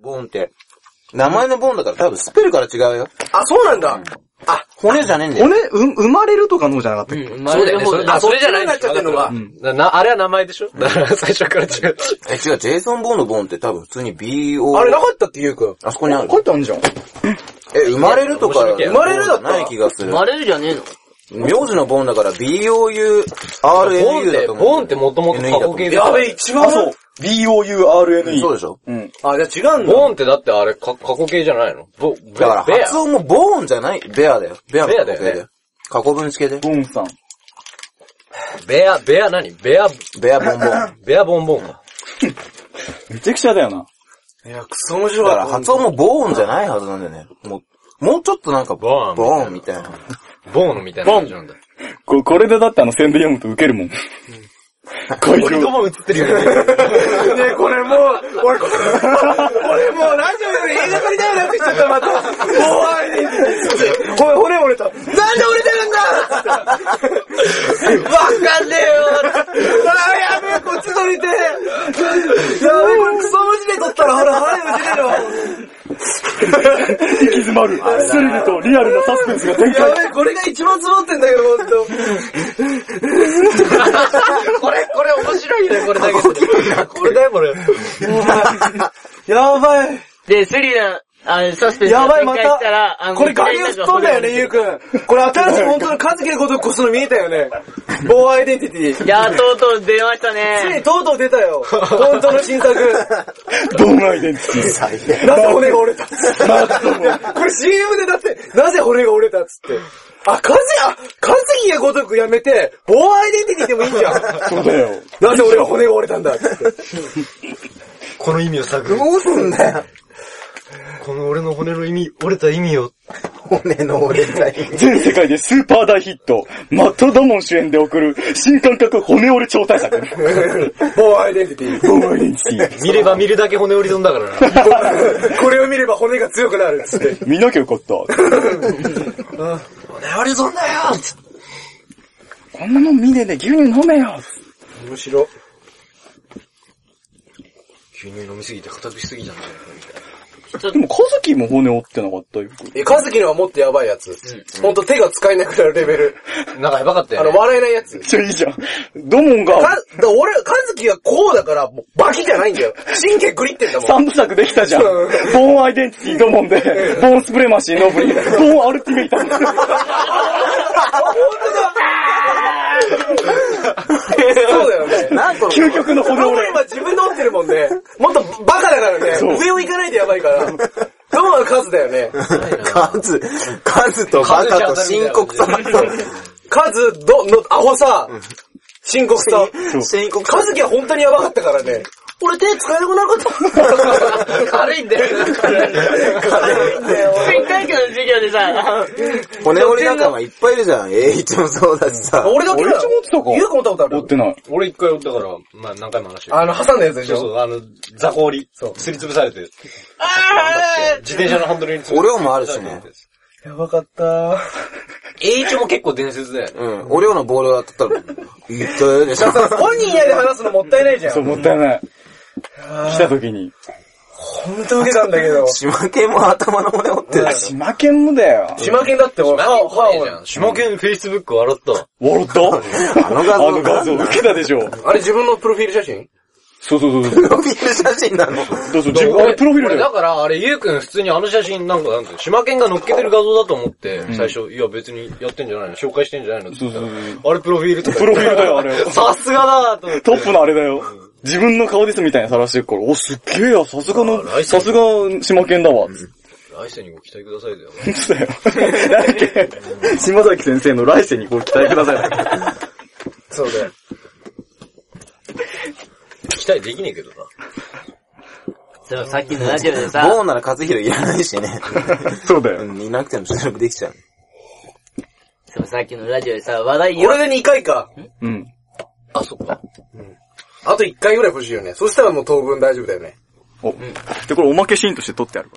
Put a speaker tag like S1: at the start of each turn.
S1: ボンって、名前のボンだから多分スペルから違うよ。
S2: あ、そうなんだ。あ、
S1: 骨じゃねえんだよ。
S3: 骨、う、生まれるとかのじゃなかったっけ、
S4: 生
S2: そ
S4: ま
S2: う
S4: れ
S2: だよ
S4: る方
S2: ね。それ
S4: だ
S2: あ、
S4: あ、
S2: そ
S4: そ
S2: れ
S4: れじ
S2: じゃ
S4: ゃな
S2: な
S4: いい
S2: になっちゃってるのは。
S4: なな、あれは名前でしょだから 最初から違う。
S1: え、違う、ジェイソン・ボーンのボーンって多分普通に BO。
S2: あれなかったってゆうくん。
S1: あそこにある。
S3: 書いてあるじゃん。
S1: え、生まれるとか、
S4: 面白いけど
S1: 生まれるだったらない気がする。
S5: バレるじゃねえの
S1: 名字のボーンだから BOU、
S4: ボン
S1: RNU
S4: っ
S1: だ
S4: て、
S1: と思う。
S4: ボンってもともと過去形だ
S2: や
S4: から
S2: べえ、一番そう。
S1: うん
S3: B-O-U-R-N-E。
S1: そうでしょ
S3: うん。
S2: あ、じゃあ違うんだ。
S4: ボンってだってあれ、か過去形じゃないのボ、ベ
S1: だから
S4: ベ
S1: 発音もボーンじゃない、ベアだよ。ベアの
S4: ベ
S1: 過
S4: アだ
S1: 去形
S4: よね
S1: だよ。過去分付けで。
S3: ボンさん。
S4: ア、ベア、ベア何ベア、
S1: ベアボンボン。だ
S4: ベアボンボンか。
S3: めちゃくちゃだよな。
S2: いや、くそ面白い。
S1: から発音もボーンじゃないはずなんだよね。もう、もうちょっとなんか、
S4: ボーン
S1: ボーンみたいな。
S4: ボーノみたいな感じなんだ。
S3: ここれでだってあの宣伝読むとウケるもん。会
S4: 俺と
S3: 場。
S4: も映ってるよね。
S2: ねこれもう、俺これ、俺もうラジオより映画撮りたいなってきちゃった、また。もうあれで、ほれ、骨折れた。なんで折れてるんだわかんねえよあ、やべえ、こっち撮りてえやべえ、これクソ文字で撮ったら、ほら、腹打ちれるわ。
S3: 行き詰まる。スリルとリアルなサスペンスが展
S2: や
S3: 開。
S2: べえ、これが一番詰まってんだけど、ほんと。
S4: これ、これ面白いね、これだけで。これだよ、これ。
S2: やばい。
S5: で、スリラー、あの、サスペンス
S2: やばい、
S5: 展
S2: ま
S5: 開したら、あ
S2: た。
S5: の
S2: これガリ押し飛んだよね、ゆうくん。これ新しい本当のカズキのことをこすの見えたよね。ボーアイデンティティ。
S5: いやー、とうとう出ました
S2: つい
S5: ね
S2: に。とうとう出たよ。本当の新作。
S3: ボンアイデンティティ。
S2: なぜ骨が折れたっつって。これ CM でだって、なぜ骨が折れたっつって。あ、カズあ、カズキがごとくやめて、ボーアイデンティティでもいい じゃん。
S3: そうだよ。
S2: なぜ俺は骨が折れたんだっつって。
S4: この意味を探る。
S1: どうすんだよ。
S4: この俺の骨の意味、折れた意味を。
S1: 骨の折れたり。
S3: 全世界でスーパー大ヒット。マット・ダモン主演で送る新感覚骨折れ超大作。
S2: ボーアイデンティティ。
S3: ボンアイデンティテ
S4: 見れば見るだけ骨折り損だからな。
S2: これを見れば骨が強くなるっつって。
S3: ィ。見なきゃよかった。
S4: 骨折り損だよ
S3: こんなもん見ねえで牛乳飲めよ。
S2: むしろ。
S4: 牛乳飲みすぎて硬くしすぎたんじゃない
S3: でも、カズキも骨折ってなかったよ。
S2: え、カズキのはもっとやばいやつ。ほんと手が使えなくなるレベル。
S4: なんかやばかった
S2: あ
S4: よ、
S2: の、
S4: ね。
S2: 笑えないやつ。
S3: じゃいいじゃん。ドモン
S2: か、
S3: が
S2: だから俺、カズキがこうだから、もうバキじゃないんだよ。神経グリってんだもん。
S3: 三部作できたじゃん。ボーンアイデンティティドモンで、ボーンスプレマシーノブリ、ボーンアルティメイト。
S2: そうだよね。
S1: なんか、
S3: 究極の
S2: ド
S3: 骨
S2: モ
S3: 折
S2: ン
S3: れ。
S2: 今自分で折ってるもんね。もっとバカだから
S3: そ
S2: ね。
S3: う
S2: 上を行かないとやばいから。ドモンはカズだよね。
S1: カズ、カズとバカと深刻さ
S2: カズ、ド、の、アホさ、深刻さ。
S1: と、深刻
S2: カズキは本当にやばかったからね。俺手使えなくなること。
S5: 軽いんだよ。 前回の授業でさ、
S1: 骨折り仲間いっぱいいるじゃん。栄一もそうだしさ。
S2: 俺だけだ
S3: 俺一応持ってたか
S2: よ。ゆうくん持ったことあ
S3: 折っ
S2: る
S3: てない。
S4: 俺一回折ったから、まあ何回も話してる。
S2: あの、挟んだやつでし
S4: そう
S2: ょ
S4: そう、あの、ザコ折り。そう。すりつぶされて。自転車のハンドルにつ
S1: オレオもあるしね。
S2: やばかった。
S4: 栄一も結構伝説だよね。
S1: うん。お量のボールを当たったら、いったよでしょ。
S2: 本人いないで話すのもったいないじゃん。
S3: そう、もったいない。来た時に。
S2: 本当受けたんだけど。
S1: 島系も頭の骨折ってるでしょ。
S3: 島県もだよ。
S2: 島県だって俺、歯を、歯を
S4: じゃん。島県フェイスブック笑った。
S3: 笑った
S1: あの画
S3: あの
S1: 像
S3: 画
S1: が。
S3: 像受けたでしょ。
S2: あれ自分のプロフィール写真
S3: そうそうそうそ
S1: プ
S3: う。
S1: ロフィール写真なの。
S3: どうぞ、自分、あれプロフィール
S4: 俺
S3: だ
S4: だ
S3: よ。
S4: から、あれ、ゆうくん普通にあの写真なんか、なんていうの島県が載っけてる画像だと思って、最初、いや別にやってんじゃないの紹介してんじゃないのって言ったら
S3: そうそうそ
S4: あれプロフィールとか
S3: プ
S4: 言っ
S3: ロ
S4: て。
S3: フィールだよ、あれ。
S4: さすがだなと思って。
S3: トップのあれだよ。自分の顔ですみたいな晒してるから、お、すっげえや、さすがの
S4: あライ、ス
S3: さすが島県だわ。
S4: 来世にご期待くださいだよ。
S3: 本当だよ。だっけ島崎先生の来世にご期待ください。
S2: そうだよ。
S4: 期待できねえけどな。
S5: でもさっきのラジオでさ、
S1: ボーンなら勝弘いらないしね。
S3: そうだ
S1: う
S3: よ。
S1: ん、いなくても収録できちゃう。
S5: でもさっきのラジオでさ、話題よ。
S2: 俺で2回か。
S3: うん。
S4: あ、そっか。
S2: あと1回ぐらい欲しいよね。そしたらもう当分大丈夫だよね。
S3: お、で、これおまけシーンとして撮ってあるから。